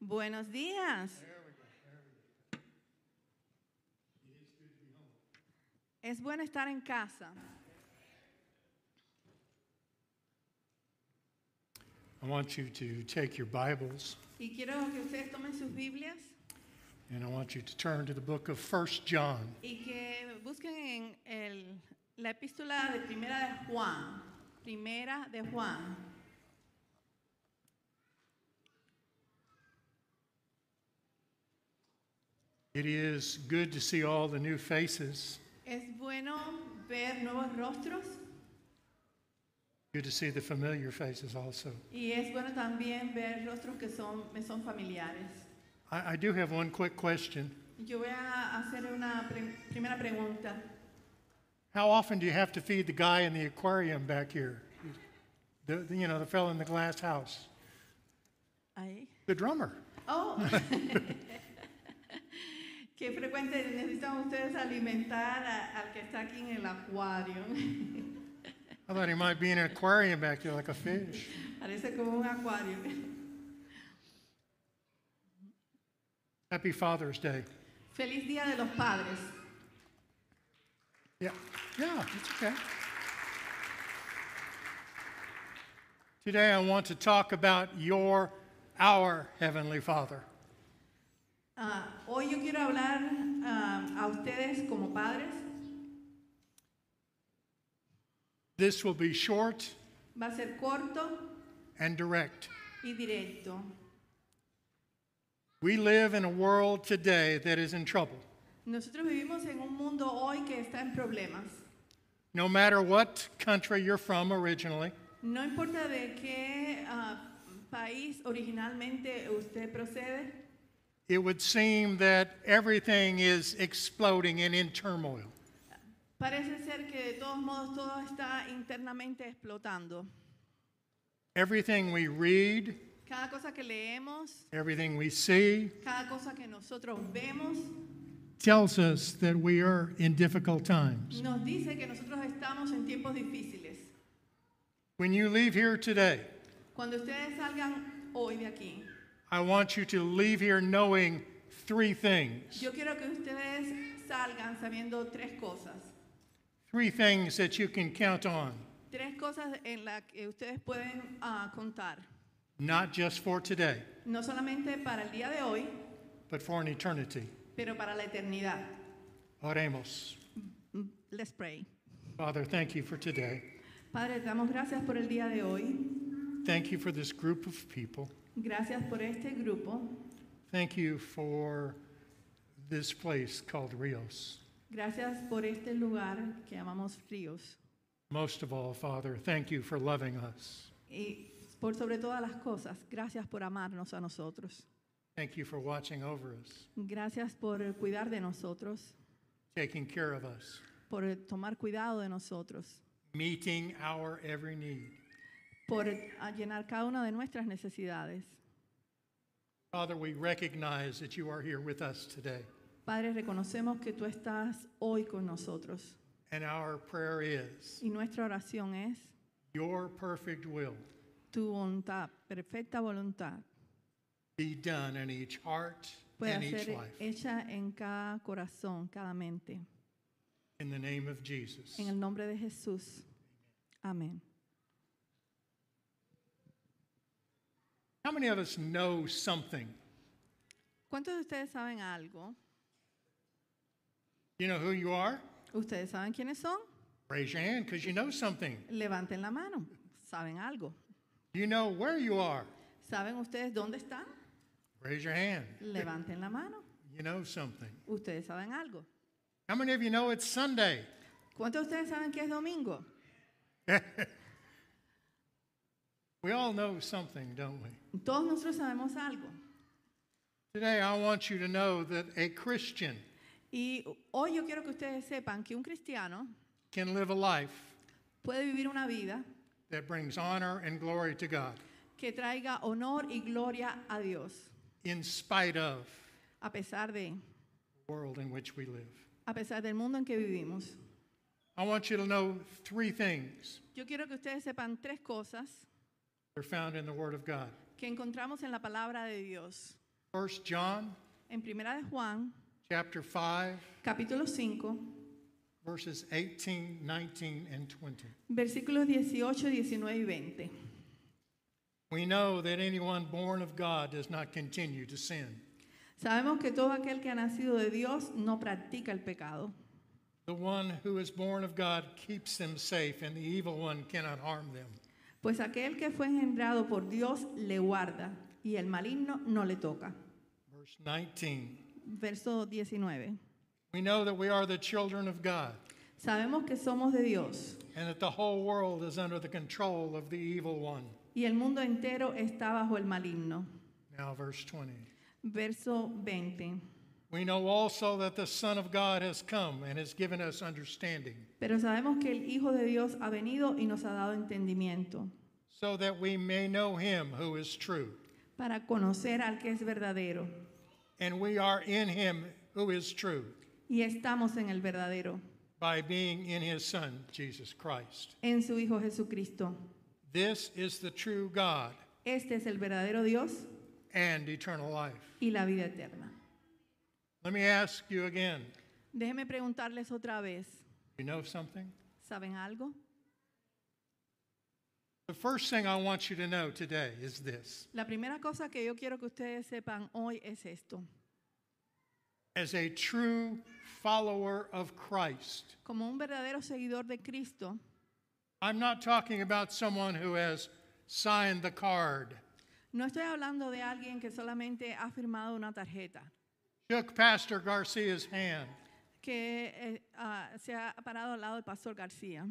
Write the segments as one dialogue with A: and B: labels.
A: Buenos días. Es bueno estar en casa.
B: I want you to take your Bibles
A: Y quiero que ustedes tomen sus Biblias
B: and I want you to turn to the book of 1 John.
A: y que busquen en el- la epístola de Primera de Juan. Primera de Juan.
B: It is good to see all the new faces,
A: Es bueno ver nuevos rostros
B: good to see the familiar faces also.
A: y es bueno también ver rostros que son, me son familiares.
B: I, I do have one quick question.
A: Yo voy a hacer una pre- primera pregunta.
B: How often do you have to feed the guy in the aquarium back here? The, the- you know, the fellow in the glass house,
A: Ahí.
B: the drummer.
A: Oh. Qué frecuente necesitan ustedes alimentar a- al que está aquí en el acuario.
B: I thought he might be in an aquarium back there like a fish.
A: Parece como un acuario.
B: Happy Father's Day.
A: Feliz Día de los Padres.
B: Yeah, yeah, it's okay. Today I want to talk about your, our Heavenly Father.
A: Ah, hoy yo quiero hablar ah, a ustedes como padres.
B: This will be short
A: Va a ser corto
B: and direct.
A: y directo.
B: We live in a world today that is in trouble.
A: Nosotros vivimos en un mundo hoy que está en problemas.
B: No matter what country you're from originally,
A: No importa de qué ah, país originalmente usted procede,
B: it would seem that everything is exploding and in turmoil.
A: Parece ser que de todos modos todo está internamente explotando.
B: Everything we read,
A: Cada cosa que leemos,
B: everything we see,
A: cada cosa que nosotros vemos,
B: tells us that we are in difficult times.
A: nos dice que nosotros estamos en tiempos difíciles.
B: When you leave here today,
A: Cuando ustedes salgan hoy de aquí,
B: I want you to leave here knowing three things.
A: yo quiero que ustedes salgan sabiendo tres cosas.
B: Three things that you can count on,
A: Tres cosas en las que ustedes pueden ah, contar.
B: not just for today,
A: No solamente para el día de hoy,
B: but for an eternity.
A: pero para la eternidad.
B: Oremos.
A: Mm, Let's pray.
B: Father, thank you for today.
A: Padre, te damos gracias por el día de hoy.
B: Thank you for this group of people.
A: Gracias por este grupo.
B: Thank you for this place called Rios.
A: Gracias por este lugar que llamamos Ríos
B: Most of all, Father, thank you for loving us.
A: y por sobre todas las cosas, gracias por amarnos a nosotros.
B: Thank you for watching over us,
A: Gracias por cuidar de nosotros,
B: taking care of us,
A: por tomar cuidado de nosotros,
B: meeting our every need.
A: por ah, llenar cada una de nuestras necesidades.
B: Father, we recognize that you are here with us today,
A: Padre, reconocemos que tú estás hoy con nosotros
B: and our prayer is
A: y nuestra oración es
B: your perfect will
A: tu voluntad, perfecta voluntad,
B: be done in each heart
A: pueda
B: and each
A: ser
B: life.
A: hecha en cada corazón, cada mente.
B: In the name of Jesus.
A: En el nombre de Jesús. Amén.
B: How many of us know something?
A: ¿Cuántos de ustedes saben algo?
B: You know who you are?
A: ¿Ustedes saben quiénes son?
B: Raise your hand because you know something.
A: Levanten la mano. ¿Saben algo?
B: You know where you are?
A: ¿Saben ustedes dónde están?
B: Raise your hand.
A: Levanten la mano.
B: You know something.
A: ¿Ustedes saben algo?
B: How many of you know it's Sunday?
A: ¿Cuántos de ustedes saben que es domingo?
B: We all know something, don't we?
A: Todos nosotros sabemos algo.
B: Today, I want you to know that a Christian
A: Y hoy yo quiero que ustedes sepan que un cristiano
B: can live a life
A: puede vivir una vida
B: that brings honor and glory to God
A: que traiga honor y gloria a Dios,
B: in spite of
A: a pesar de
B: the world in which we live.
A: a pesar del mundo en que vivimos.
B: I want you to know three things
A: Yo quiero que ustedes sepan tres cosas
B: that are found in the Word of God.
A: que encontramos en la palabra de Dios.
B: First John
A: En primera de Juan,
B: chapter 5
A: capítulo 5,
B: verses 18, 19 and 20.
A: versículos 18, 19 y 20.
B: We know that anyone born of God does not continue to sin.
A: Sabemos que todo aquel que ha nacido de Dios no practica el pecado.
B: The one who is born of God keeps them safe, and the evil one cannot harm them.
A: Pues aquel que fue engendrado por Dios le guarda y el maligno no le toca.
B: Verse 19.
A: Verso 19.
B: We know that we are the children of God,
A: Sabemos que somos de Dios
B: and that the whole world is under the control of the evil one.
A: y el mundo entero está bajo el maligno.
B: Now, verse 20.
A: Verso 20.
B: We know also that the Son of God has come and has given us understanding,
A: Pero sabemos que el Hijo de Dios ha venido y nos ha dado entendimiento
B: so that we may know him who is true.
A: para conocer al que es verdadero.
B: And we are in him who is true,
A: Y estamos en el verdadero,
B: by being in his Son, Jesus Christ.
A: en su Hijo Jesucristo.
B: This is the true God
A: Este es el verdadero Dios
B: and eternal life.
A: y la vida eterna.
B: Let me ask you again
A: Déjeme preguntarles otra vez,
B: you know something?
A: ¿saben algo?
B: The first thing I want you to know today is this
A: La primera cosa que yo quiero que ustedes sepan hoy es esto.
B: as a true follower of Christ,
A: Como un verdadero seguidor de Cristo,
B: I'm not talking about someone who has signed the card,
A: no estoy hablando de alguien que solamente ha firmado una tarjeta,
B: shook Pastor Garcia's hand,
A: que eh, ah, se ha parado al lado del pastor García,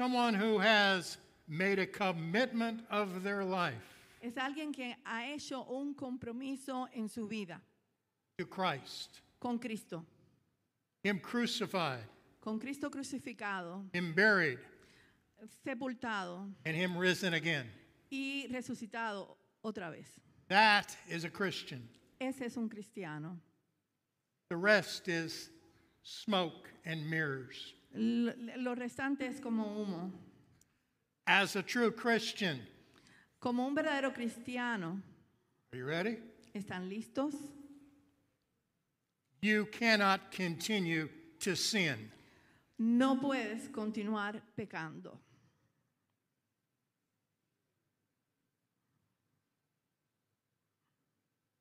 B: someone who has made a commitment of their life
A: es alguien que ha hecho un compromiso en su vida
B: to Christ,
A: con Cristo,
B: Him crucified,
A: con Cristo crucificado,
B: Him buried,
A: sepultado
B: and Him risen again.
A: y resucitado otra vez.
B: That is a Christian.
A: Ese es un cristiano.
B: The rest is smoke and mirrors.
A: L- lo restante es como humo.
B: As a true Christian,
A: Como un verdadero cristiano,
B: are you ready?
A: ¿están listos?
B: You cannot continue to sin.
A: No puedes continuar pecando.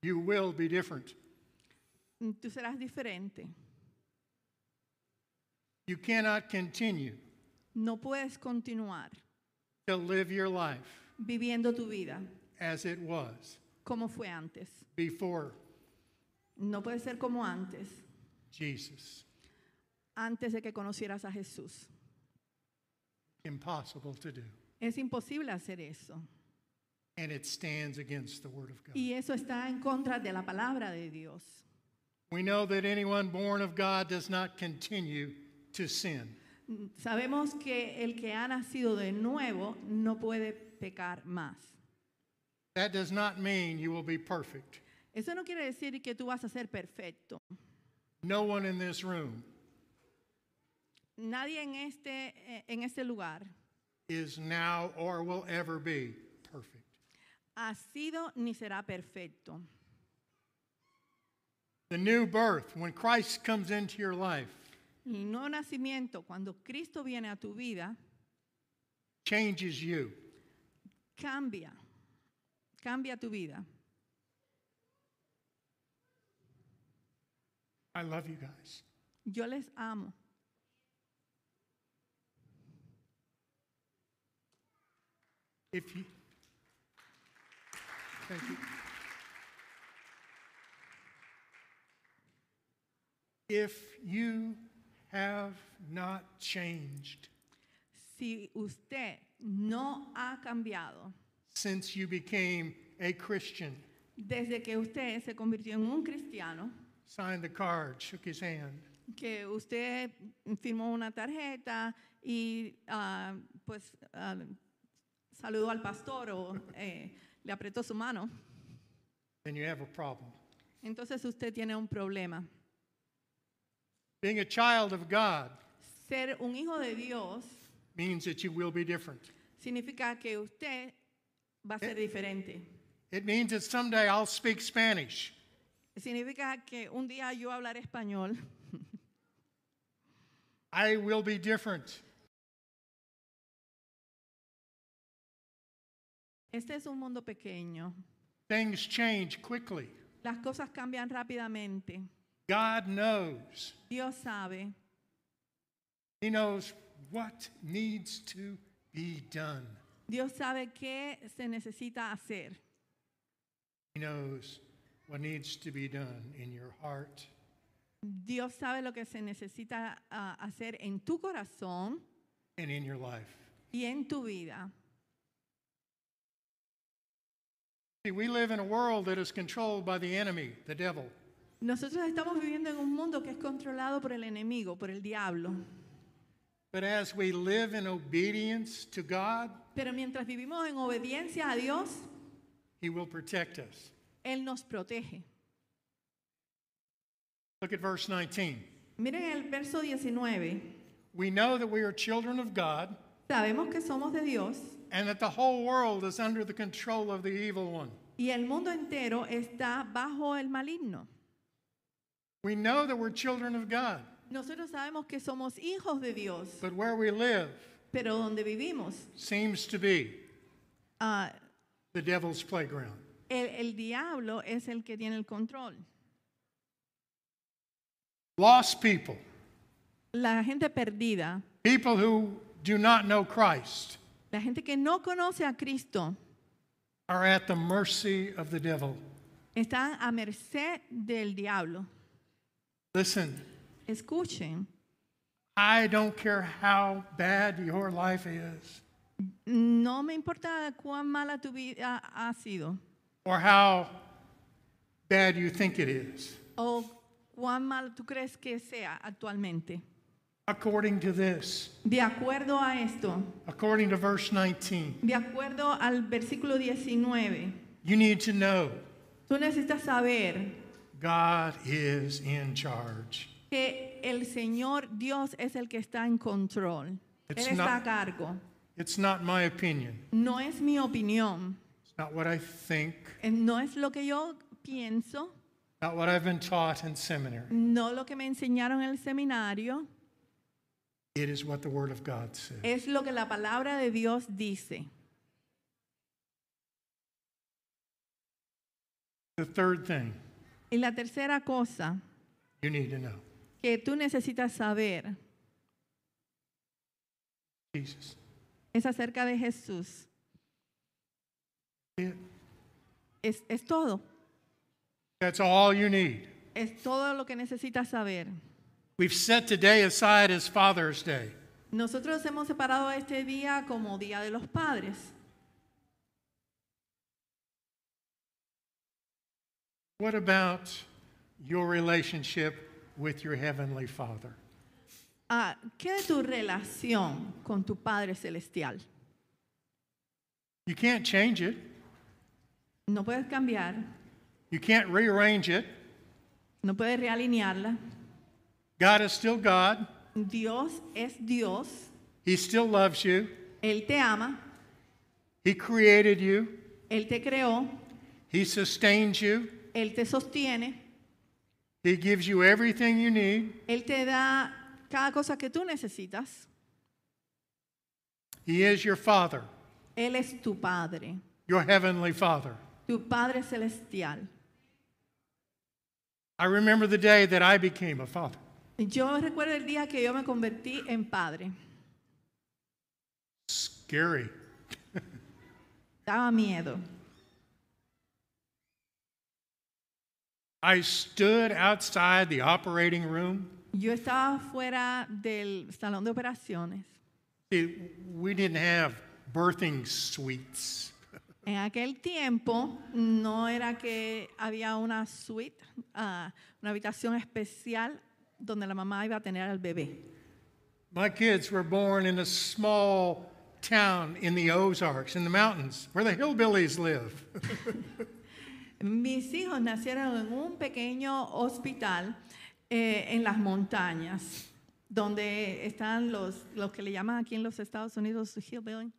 B: You will be different.
A: Tú serás diferente.
B: You cannot continue
A: No puedes continuar
B: to live your life
A: viviendo tu vida
B: as it was
A: como fue antes.
B: before
A: No puedes ser como antes,
B: Jesus.
A: antes de que conocieras a Jesús.
B: Impossible to do.
A: Es imposible hacer eso.
B: And it stands against the Word of God.
A: Y eso está en contra de la palabra de Dios.
B: We know that anyone born of God does not continue to sin.
A: Mm, Sabemos que el que ha nacido de nuevo no puede pecar más.
B: That does not mean you will be perfect.
A: Eso no quiere decir que tú vas a ser perfecto.
B: No one in this room
A: Nadie en este, eh, en este lugar
B: is now or will ever be perfect.
A: ha sido ni será perfecto.
B: The new birth, when Christ comes into your life,
A: El nuevo nacimiento, cuando Cristo viene a tu vida,
B: changes you.
A: cambia, cambia tu vida.
B: I love you guys.
A: Yo les amo.
B: If you, thank you. If you have not changed
A: Si usted no ha cambiado
B: since you became a Christian,
A: desde que usted se convirtió en un cristiano,
B: signed the card, shook his hand,
A: que usted firmó una tarjeta y ah, pues ah, saludó al pastor o eh, le apretó su mano,
B: then you have a problem.
A: entonces usted tiene un problema.
B: Being a child of God
A: Ser un hijo de Dios
B: means that you will be different.
A: significa que usted va a ser diferente.
B: It means that someday I'll speak Spanish.
A: Significa que un día yo hablaré español.
B: I will be different.
A: Este es un mundo pequeño.
B: Things change quickly.
A: Las cosas cambian rápidamente.
B: God knows.
A: Dios sabe.
B: He knows what needs to be done.
A: Dios sabe qué se necesita hacer.
B: He knows what needs to be done in your heart.
A: Dios sabe lo que se necesita ah, hacer en tu corazón
B: and in your life.
A: y en tu vida.
B: See, we live in a world that is controlled by the enemy, the devil.
A: Nosotros estamos viviendo en un mundo que es controlado por el enemigo, por el diablo.
B: But as we live in obedience to God,
A: Pero mientras vivimos en obediencia a Dios,
B: he will protect us.
A: Él nos protege.
B: Look at verse 19.
A: Miren el verso 19.
B: We know that we are children of God
A: Sabemos que somos de Dios
B: and that the whole world is under the control of the evil one.
A: y el mundo entero está bajo el maligno.
B: We know that we're children of God,
A: Nosotros sabemos que somos hijos de Dios,
B: but where we live
A: pero donde vivimos,
B: seems to be
A: ah,
B: the devil's playground.
A: el, el diablo es el que tiene el control.
B: Lost people,
A: La gente perdida,
B: people who do not know Christ,
A: la gente que no conoce a Cristo,
B: are at the mercy of the devil.
A: están a merced del diablo.
B: Listen,
A: Escuchen,
B: I don't care how bad your life is
A: no me importa cuán mala tu vida ha sido
B: or how bad you think it is.
A: o cuán mal tú crees que sea actualmente.
B: According to this,
A: De acuerdo a esto,
B: according to verse 19,
A: de acuerdo al versículo 19,
B: you need to know
A: tú necesitas saber
B: God is in charge.
A: que el Señor Dios es el que está en control.
B: It's
A: Él está
B: not-
A: a cargo.
B: It's not my opinion,
A: No es mi opinión,
B: it's not what I think,
A: eh, no es lo que yo pienso,
B: not what I've been taught in seminary.
A: no lo que me enseñaron en el seminario,
B: It is what the Word of God says.
A: es lo que la palabra de Dios dice.
B: The third thing
A: Y la tercera cosa
B: you need to know
A: que tú necesitas saber
B: Jesus.
A: es acerca de Jesús.
B: It-
A: Es, es todo,
B: That's all you need.
A: es todo lo que necesitas saber.
B: We've set today aside as Father's Day.
A: Nosotros hemos separado este día como Día de los Padres.
B: What about your relationship with your Heavenly Father?
A: Ah, ¿Qué de tu relación con tu Padre Celestial?
B: You can't change it,
A: No puedes cambiar,
B: you can't rearrange it.
A: no puedes realinearla.
B: God is still God,
A: Dios es Dios,
B: He still loves you,
A: Él te ama,
B: He created you,
A: Él te creó,
B: He sustains you,
A: Él te sostiene,
B: He gives you everything you need,
A: Él te da cada cosa que tú necesitas.
B: He is your Father,
A: Él es tu Padre,
B: your Heavenly Father.
A: tu Padre Celestial.
B: I remember the day that I became a father.
A: Yo recuerdo el día que yo me convertí en padre.
B: Scary.
A: Daba miedo.
B: I stood outside the operating room.
A: Yo estaba fuera del salón de operaciones.
B: See, we didn't have birthing suites.
A: En aquel tiempo no era que había una suite, ah, una habitación especial donde la mamá iba a tener al bebé.
B: My kids were born in a small town in the Ozarks, in the mountains, where the hillbillies live.
A: Mis hijos nacieron en un pequeño hospital eh, en las montañas, donde están los, los que le llaman aquí en los Estados Unidos hillbilly.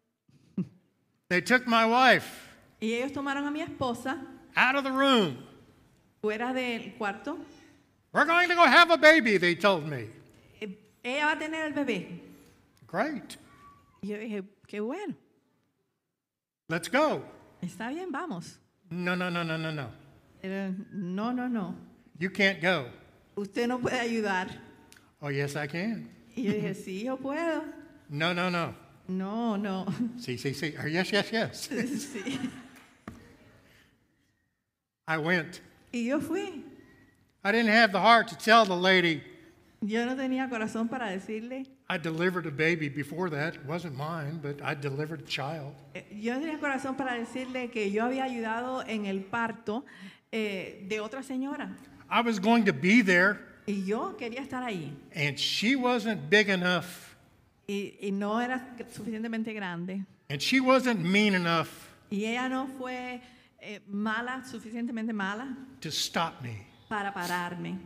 B: They took my wife,
A: Y Y ellos tomaron a mi esposa
B: out of the room.
A: fuera del cuarto.
B: We're going to go have a baby, they told me.
A: Eh, Ella va a tener el bebé.
B: Great.
A: Y yo dije, qué bueno,
B: Let's go.
A: está bien, vamos.
B: No, no, no, no, no, no.
A: Pero, no, no, no,
B: You can't go.
A: usted no puede ayudar.
B: Oh, yes, I can.
A: Y yo dije, sí, yo puedo.
B: No, no, no.
A: No, no.
B: See, see, see. Or yes, yes, yes.
A: Sí.
B: I went.
A: Y yo fui.
B: I didn't have the heart to tell the lady
A: Yo no tenía corazón para decirle,
B: I delivered a baby before that. It wasn't mine, but I delivered a child.
A: eh, yo no tenía corazón para decirle que yo había ayudado en el parto eh, de otra señora.
B: I was going to be there,
A: Y yo quería estar ahí.
B: and she wasn't big enough,
A: Y, y no era suficientemente grande.
B: and she wasn't mean enough
A: Y ella no fue eh, mala, suficientemente mala
B: to stop me.
A: para pararme.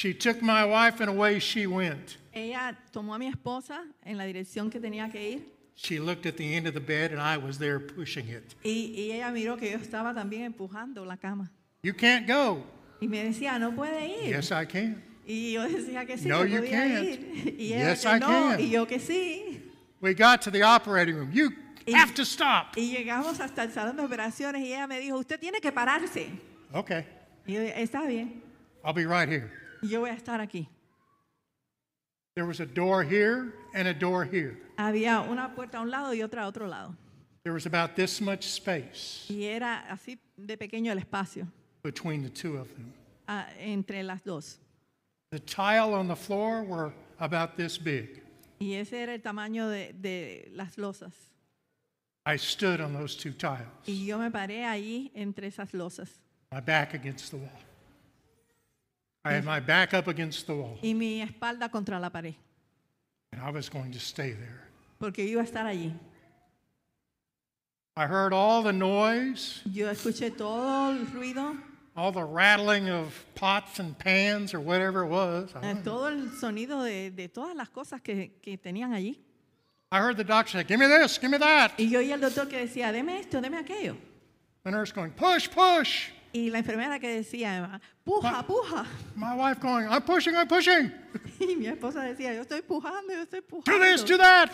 B: She took my wife, and away she went.
A: Ella tomó a mi esposa en la dirección que tenía que ir
B: She looked at the end of the bed, and I was there pushing it.
A: y, y ella miró que yo estaba también empujando la cama.
B: You can't go.
A: Y me decía, no puede ir.
B: Yes, I can.
A: Y yo decía que sí,
B: No,
A: que
B: you
A: podía
B: can't.
A: ir. Y ella
B: Yes,
A: que
B: I
A: no,
B: can.
A: y yo que sí.
B: We got to the operating room. You
A: Y-
B: have to stop.
A: Y llegamos hasta el salón de operaciones y ella me dijo, usted tiene que pararse.
B: Okay,
A: Y yo, está bien,
B: I'll be right here.
A: yo voy a estar aquí.
B: There was a door here and a door here.
A: Había una puerta a un lado y otra a otro lado.
B: There was about this much space
A: Y era así de pequeño el espacio
B: between the two of them.
A: ah, entre las dos.
B: The tile on the floor were about this big.
A: Y ese era el tamaño de, de las losas.
B: I stood on those two tiles,
A: Y yo me paré allí entre esas losas.
B: my back against the wall. I had my back up against the wall,
A: Y mi espalda contra la pared,
B: and I was going to stay there.
A: porque iba a estar allí.
B: I heard all the noise,
A: Yo escuché todo el ruido,
B: all the rattling of pots and pans or whatever it was. I,
A: eh,
B: don't know.
A: todo el sonido de, de todas las cosas que, que tenían allí.
B: I heard the doctor say, Give me this, give me that.
A: Y yo oí al doctor que decía, deme esto, deme aquello.
B: The nurse going, Push, push.
A: Y la enfermera que decía, puja, puja.
B: My wife going, I'm pushing, I'm pushing.
A: Y mi esposa decía, yo estoy pujando, yo estoy
B: Do this, do
A: pujando.
B: that.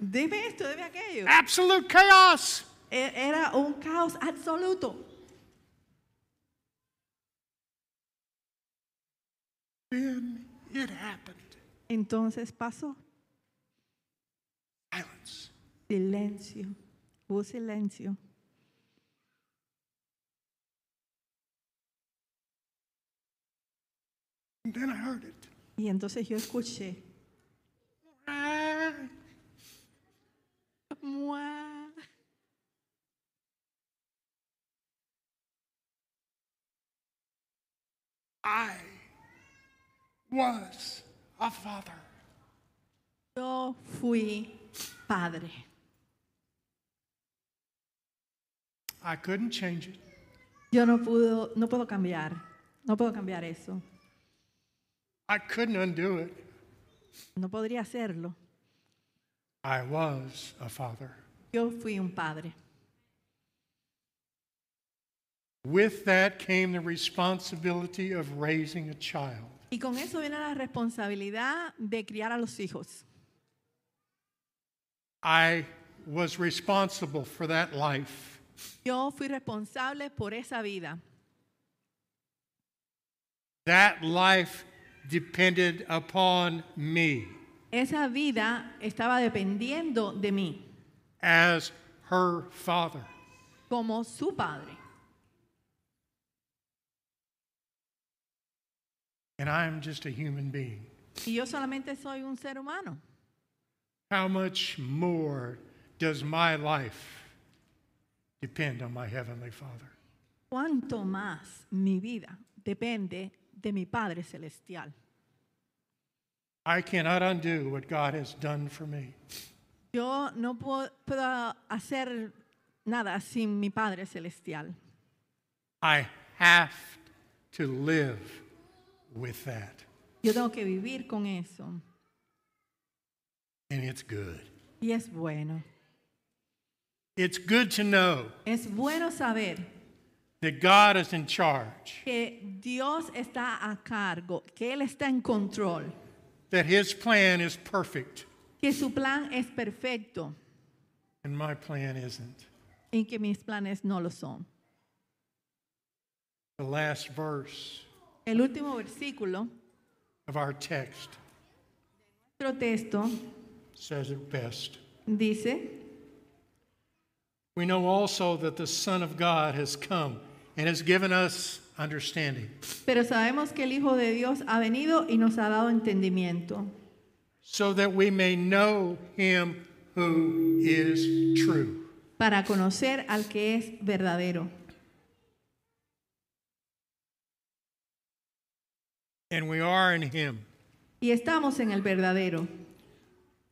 A: Deme esto, deme aquello.
B: Ah. Absolute chaos.
A: E- Era un caos absoluto.
B: Then it happened.
A: Entonces pasó
B: Silence.
A: silencio, hubo silencio.
B: And then I heard it.
A: Y entonces yo escuché,
B: Ah.
A: "Mua".
B: I was a father.
A: yo fui padre.
B: I couldn't change it.
A: Yo no, pudo, no puedo cambiar, no puedo cambiar eso,
B: I couldn't undo it.
A: no podría hacerlo.
B: I was a father.
A: Yo fui un padre.
B: With that came the responsibility of raising a child.
A: Y con eso viene la responsabilidad de criar a los hijos.
B: I was responsible for that life.
A: Yo fui responsable por esa vida.
B: That life depended upon me
A: Esa vida estaba dependiendo de mí,
B: as her father.
A: como su padre.
B: And I'm just a human being.
A: Y yo solamente soy un ser humano.
B: How much more does my life depend on my Heavenly Father?
A: ¿Cuánto más mi vida depende de mi Padre Celestial?
B: I cannot undo what God has done for me.
A: Yo no puedo, puedo hacer nada sin mi Padre Celestial.
B: I have to live with that.
A: Yo tengo que vivir con eso.
B: And it's good.
A: Y es bueno.
B: It's good to know
A: Es bueno saber
B: that God is in charge,
A: que Dios está a cargo, que Él está en control,
B: that His plan is perfect
A: que su plan es perfecto
B: and my plan isn't.
A: y que mis planes no lo son.
B: The last verse
A: El último versículo,
B: of our text
A: otro texto,
B: says it best.
A: dice,
B: We know also that the Son of God has come and has given us understanding,
A: pero sabemos que el Hijo de Dios ha venido y nos ha dado entendimiento
B: so that we may know him who is true.
A: para conocer al que es verdadero.
B: And we are in him
A: Y estamos en el verdadero,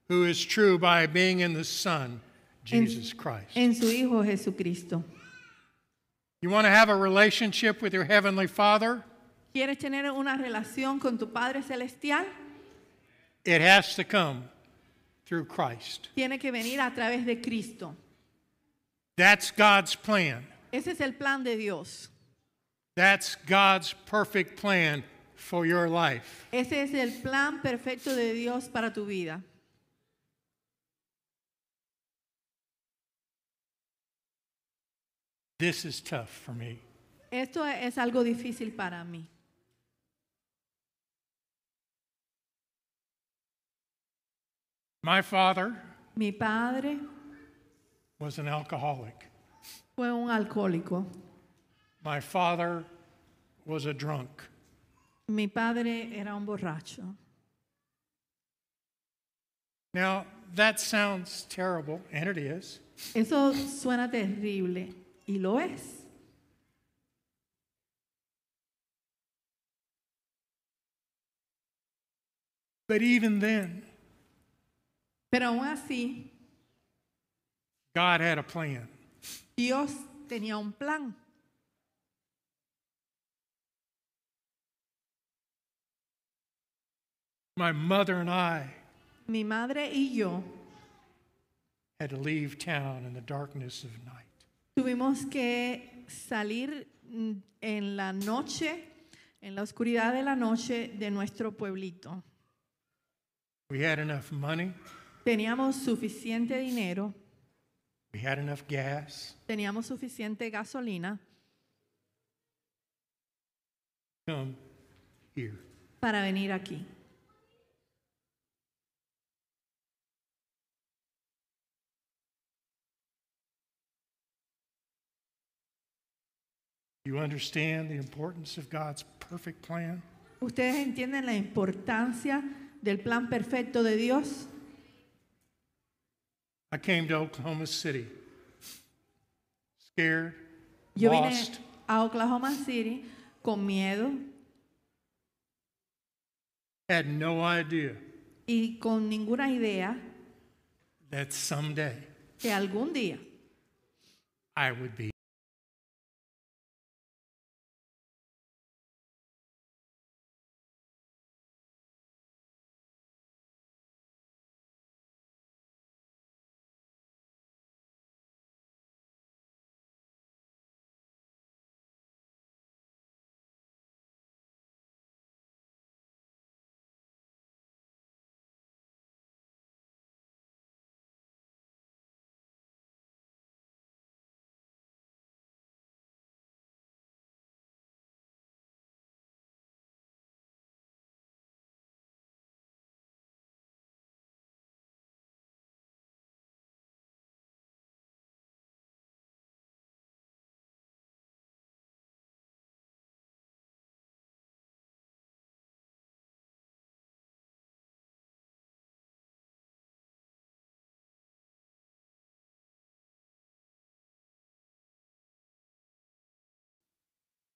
B: who is true by being in the Son, Jesus Christ.
A: en su Hijo Jesucristo.
B: You want to have a relationship with your Heavenly Father?
A: ¿Quieres tener una relación con tu Padre Celestial?
B: It has to come through Christ.
A: Tiene que venir a través de Cristo.
B: That's God's plan.
A: Ese es el plan de Dios.
B: That's God's perfect plan for your life.
A: Ese es el plan perfecto de Dios para tu vida.
B: This is tough for me.
A: Esto es algo difícil para mí.
B: My father
A: Mi padre
B: was an alcoholic.
A: fue un alcohólico.
B: My father was a drunk.
A: Mi padre era un borracho.
B: Now, that sounds terrible, and it is,
A: Eso suena terrible y lo es.
B: but even then,
A: Pero aún así,
B: God had a plan.
A: Dios tenía un plan.
B: My mother and I
A: Mi madre y yo
B: had to leave town in the darkness of night.
A: tuvimos que salir mm, en la noche, en la oscuridad de la noche de nuestro pueblito.
B: We had enough money,
A: Teníamos suficiente dinero
B: we had enough gas
A: teníamos suficiente gasolina
B: to come here.
A: para venir aquí.
B: You understand the importance of God's perfect plan?
A: ¿Ustedes entienden la importancia del plan perfecto de Dios?
B: I came to Oklahoma City scared,
A: Yo vine
B: lost.
A: a Oklahoma City con miedo
B: had no idea
A: y con ninguna idea
B: that someday
A: que algún día
B: I would be.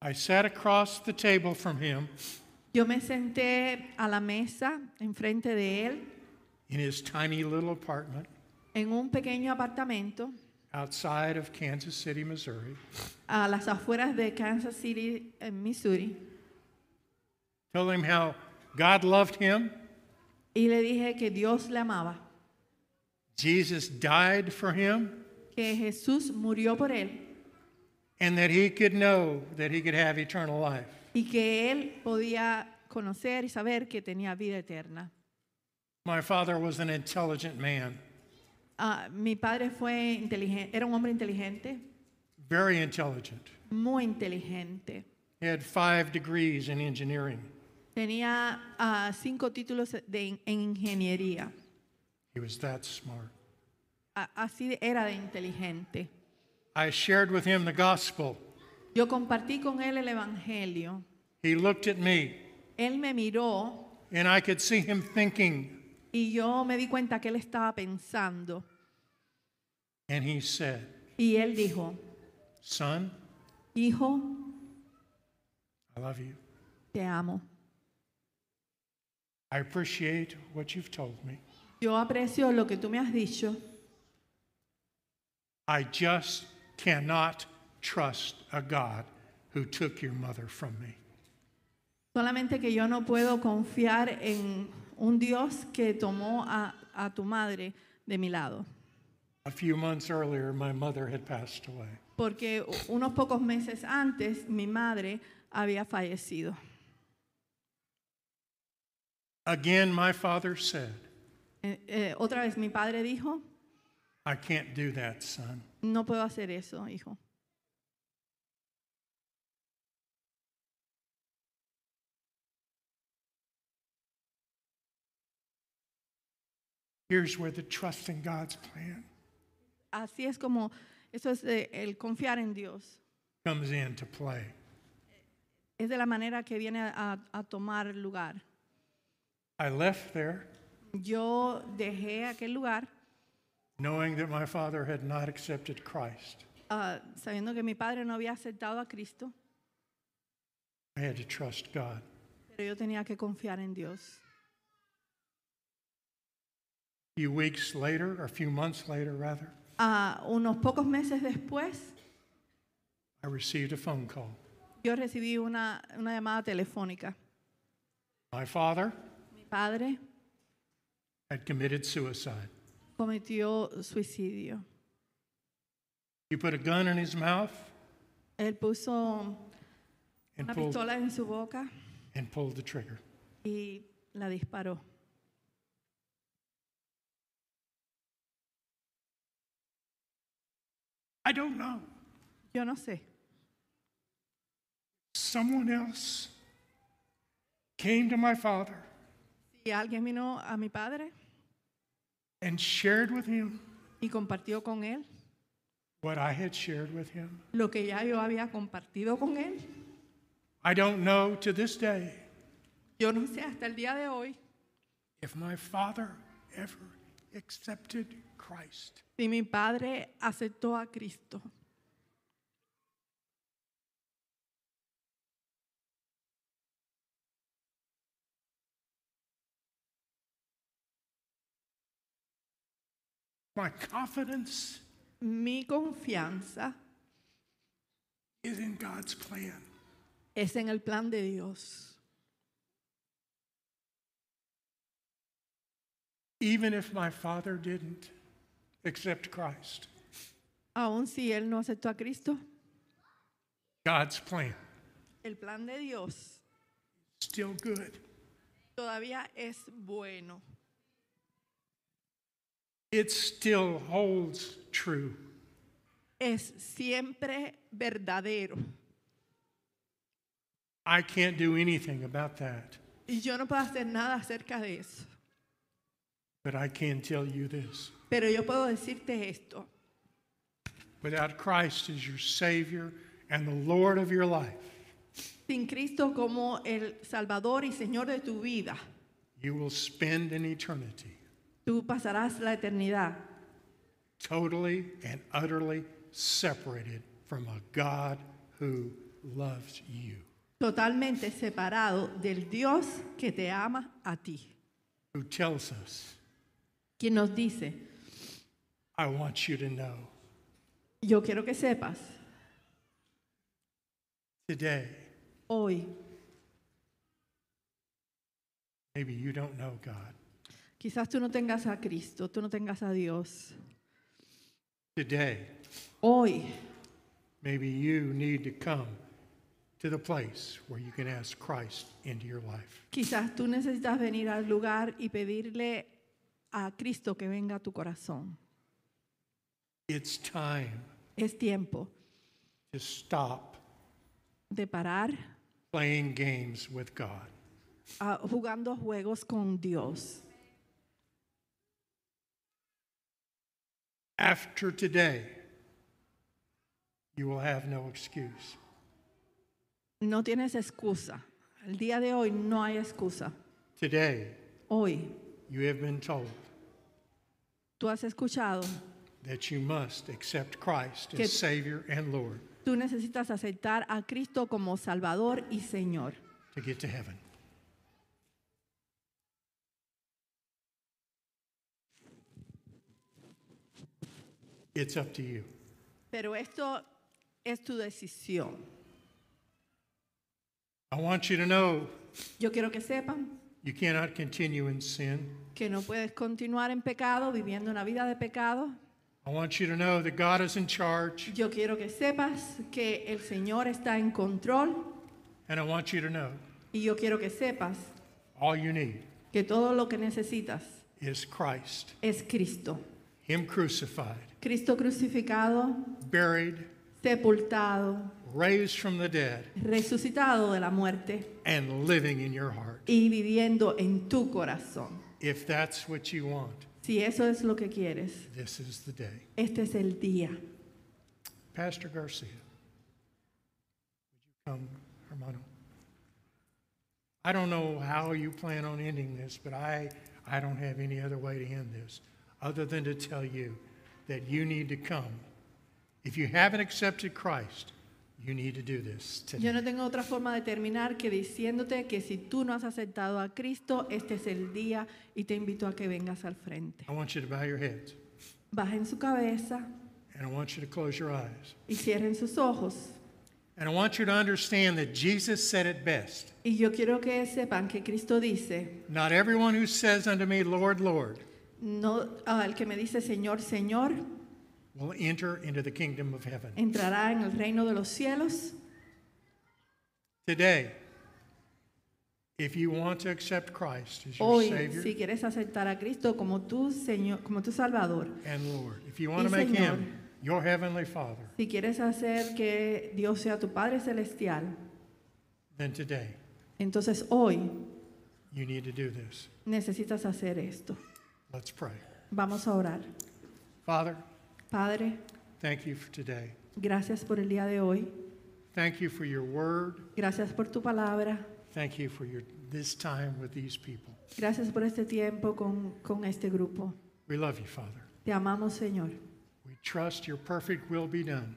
B: I sat across the table from him
A: yo me senté a la mesa enfrente de él
B: in his tiny little apartment
A: en un pequeño apartamento
B: outside of Kansas City, Missouri,
A: a las afueras de Kansas City, en Missouri,
B: told him how God loved him,
A: y le dije que Dios le amaba,
B: Jesus died for him,
A: que Jesús murió por él
B: and that he could know that he could have eternal life.
A: y que él podía conocer y saber que tenía vida eterna.
B: My father was an intelligent man,
A: Ah, mi padre fue inteligente, era un hombre inteligente,
B: very intelligent.
A: muy inteligente.
B: He had five degrees in engineering.
A: Tenía ah, cinco títulos de in- en ingeniería.
B: He was that smart.
A: A- así era de inteligente.
B: I shared with him the gospel.
A: Yo compartí con él el Evangelio.
B: He looked at me,
A: Él me miró
B: and I could see him thinking,
A: y yo me di cuenta que él estaba pensando.
B: and he said,
A: Y él dijo,
B: Son,
A: hijo,
B: I love you.
A: te amo.
B: I appreciate what you've told me.
A: Yo aprecio lo que tú me has dicho.
B: I just cannot trust a God who took your mother from me.
A: Solamente que yo no puedo confiar en un Dios que tomó a, a tu madre de mi lado.
B: A few months earlier, my mother had passed away.
A: Porque u- unos pocos meses antes mi madre había fallecido.
B: Again, my father said,
A: Eh, eh, otra vez mi padre dijo,
B: I can't do that, son.
A: no puedo hacer eso, hijo.
B: Here's where the trust in God's plan
A: Así es como, eso es eh, el confiar en Dios.
B: comes into play.
A: Es de la manera que viene a, a tomar lugar.
B: I left there
A: Yo dejé aquel lugar
B: knowing that my father had not accepted Christ.
A: ah, sabiendo que mi padre no había aceptado a Cristo,
B: I had to trust God.
A: pero yo tenía que confiar en Dios.
B: A few weeks later, or a few months later, rather,
A: Ah, unos pocos meses después,
B: I received a phone call.
A: yo recibí una, una llamada telefónica.
B: My father
A: Mi padre
B: had committed suicide.
A: cometió suicidio.
B: He put a gun in his mouth
A: Él puso
B: and
A: una
B: pulled,
A: pistola en su boca
B: and pulled the trigger.
A: y la disparó.
B: I don't know.
A: Yo no sé.
B: Someone else came to my father
A: Si alguien vino a mi padre
B: and shared with him
A: y compartió con él
B: what I had shared with him.
A: lo que ya yo había compartido con él,
B: I don't know to this day
A: yo no sé hasta el día de hoy
B: if my father ever accepted Christ.
A: si mi padre aceptó a Cristo.
B: My confidence
A: Mi confianza
B: is in God's plan.
A: es en el plan de Dios.
B: Even if my father didn't accept Christ,
A: Aun si él no aceptó a Cristo,
B: God's plan
A: el plan de Dios
B: still good.
A: todavía es bueno.
B: It still holds true.
A: Es siempre verdadero.
B: I can't do anything about that,
A: Y yo no puedo hacer nada acerca de eso.
B: but I can tell you this.
A: Pero yo puedo decirte esto.
B: Without Christ as your Savior and the Lord of your life,
A: Sin Cristo como el Salvador y Señor de tu vida,
B: you will spend an eternity
A: tú pasarás la eternidad
B: totally and utterly separated from a God who loves you,
A: totalmente separado del Dios que te ama a ti.
B: who tells us,
A: Quien nos dice,
B: I want you to know
A: yo quiero que sepas,
B: today.
A: hoy
B: Maybe you don't know God,
A: quizás tú no tengas a Cristo, tú no tengas a Dios,
B: Today,
A: Hoy
B: maybe you need to come to the place where you can ask Christ into your life.
A: quizás tú necesitas venir al lugar y pedirle a Cristo que venga a tu corazón.
B: It's time
A: Es tiempo
B: to stop
A: de parar
B: playing games with God.
A: ah, jugando juegos con Dios.
B: After today, you will have no excuse.
A: No tienes excusa. El día de hoy no hay excusa.
B: Today,
A: Hoy
B: you have been told
A: tú has escuchado,
B: that you must accept Christ
A: Que-
B: as Savior and Lord
A: tú necesitas aceptar a Cristo como Salvador y Señor
B: to get to heaven. It's up to you.
A: Pero esto es tu decisión.
B: I want you to know
A: Yo quiero que sepan
B: you cannot continue in sin.
A: que no puedes continuar en pecado, viviendo una vida de pecado.
B: I want you to know that God is in charge,
A: Yo quiero que sepas que el Señor está en control
B: and I want you to know
A: y yo quiero que sepas
B: all you need
A: que todo lo que necesitas
B: is Christ,
A: es Cristo.
B: Him crucified,
A: Cristo crucificado,
B: buried,
A: sepultado,
B: raised from the dead,
A: resucitado de la muerte
B: and living in your heart.
A: y viviendo en tu corazón.
B: If that's what you want,
A: Si eso es lo que quieres,
B: this is the day.
A: este es el día.
B: Pastor Garcia, would you come, hermano? I don't know how you plan on ending this, but I, I don't have any other way to end this other than to tell you that you need to come. If you haven't accepted Christ, you need to do this
A: Yo
B: today.
A: no tengo otra forma de terminar que diciéndote que si tú no has aceptado a Cristo, este es el día y te invito a que vengas al frente.
B: I want you to bow your heads
A: Bajen su cabeza
B: and I want you to close your eyes.
A: y cierren sus ojos.
B: And I want you to understand that Jesus said it best.
A: Y yo quiero que sepan que Cristo dice,
B: Not everyone who says unto me, Lord, Lord,
A: no ah, el que me dice Señor, Señor,
B: will enter into the kingdom of heaven.
A: entrará en el reino de los cielos.
B: Today, if you want to accept Christ as your
A: Hoy,
B: Savior
A: si quieres aceptar a Cristo como tu Señor, como tu Salvador,
B: and Lord, if you want to
A: Sí,
B: make
A: Señor.
B: Him your Heavenly Father,
A: si quieres hacer que Dios sea tu Padre celestial,
B: then today
A: entonces hoy
B: you need to do this.
A: necesitas hacer esto.
B: Let's pray.
A: Vamos a orar.
B: Father,
A: Padre,
B: thank you for today.
A: gracias por el día de hoy.
B: Thank you for your word.
A: Gracias por tu palabra.
B: Thank you for your this time with these people.
A: Gracias por este tiempo con, con este grupo.
B: We love you, Father.
A: Te amamos, Señor.
B: We trust your perfect will be done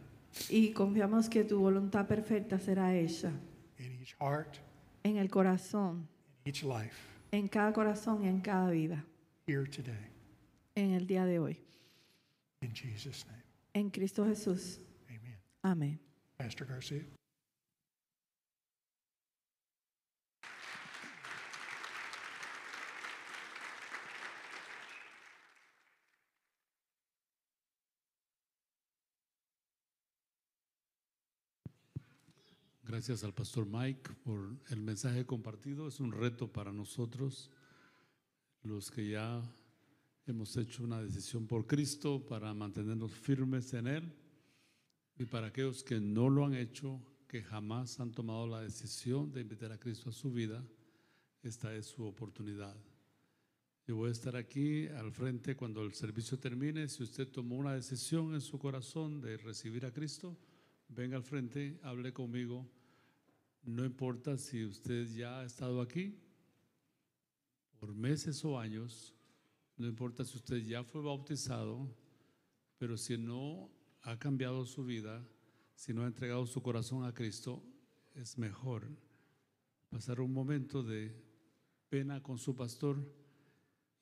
A: Y confiamos que tu voluntad perfecta será hecha
B: in each heart,
A: en el corazón,
B: in each life
A: en cada corazón y en cada vida,
B: here today.
A: en el día de hoy.
B: In Jesus' name,
A: En Cristo Jesús.
B: amen.
A: Amén.
B: Pastor Garcia.
C: Gracias al pastor Mike por el mensaje compartido. Es un reto para nosotros, los que ya hemos hecho una decisión por Cristo para mantenernos firmes en Él y para aquellos que no lo han hecho, que jamás han tomado la decisión de invitar a Cristo a su vida, esta es su oportunidad. Yo voy a estar aquí al frente cuando el servicio termine. Si usted tomó una decisión en su corazón de recibir a Cristo, venga al frente, hable conmigo. No importa si usted ya ha estado aquí por meses o años, no importa si usted ya fue bautizado, pero si no ha cambiado su vida, si no ha entregado su corazón a Cristo, es mejor pasar un momento de pena con su pastor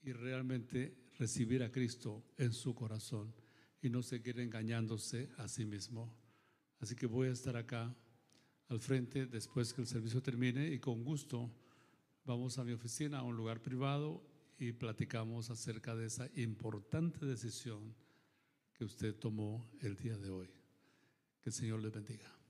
C: y realmente recibir a Cristo en su corazón y no seguir engañándose a sí mismo. Así que voy a estar acá al frente después que el servicio termine y con gusto vamos a mi oficina, a un lugar privado y platicamos acerca de esa importante decisión que usted tomó el día de hoy. Que el Señor les bendiga.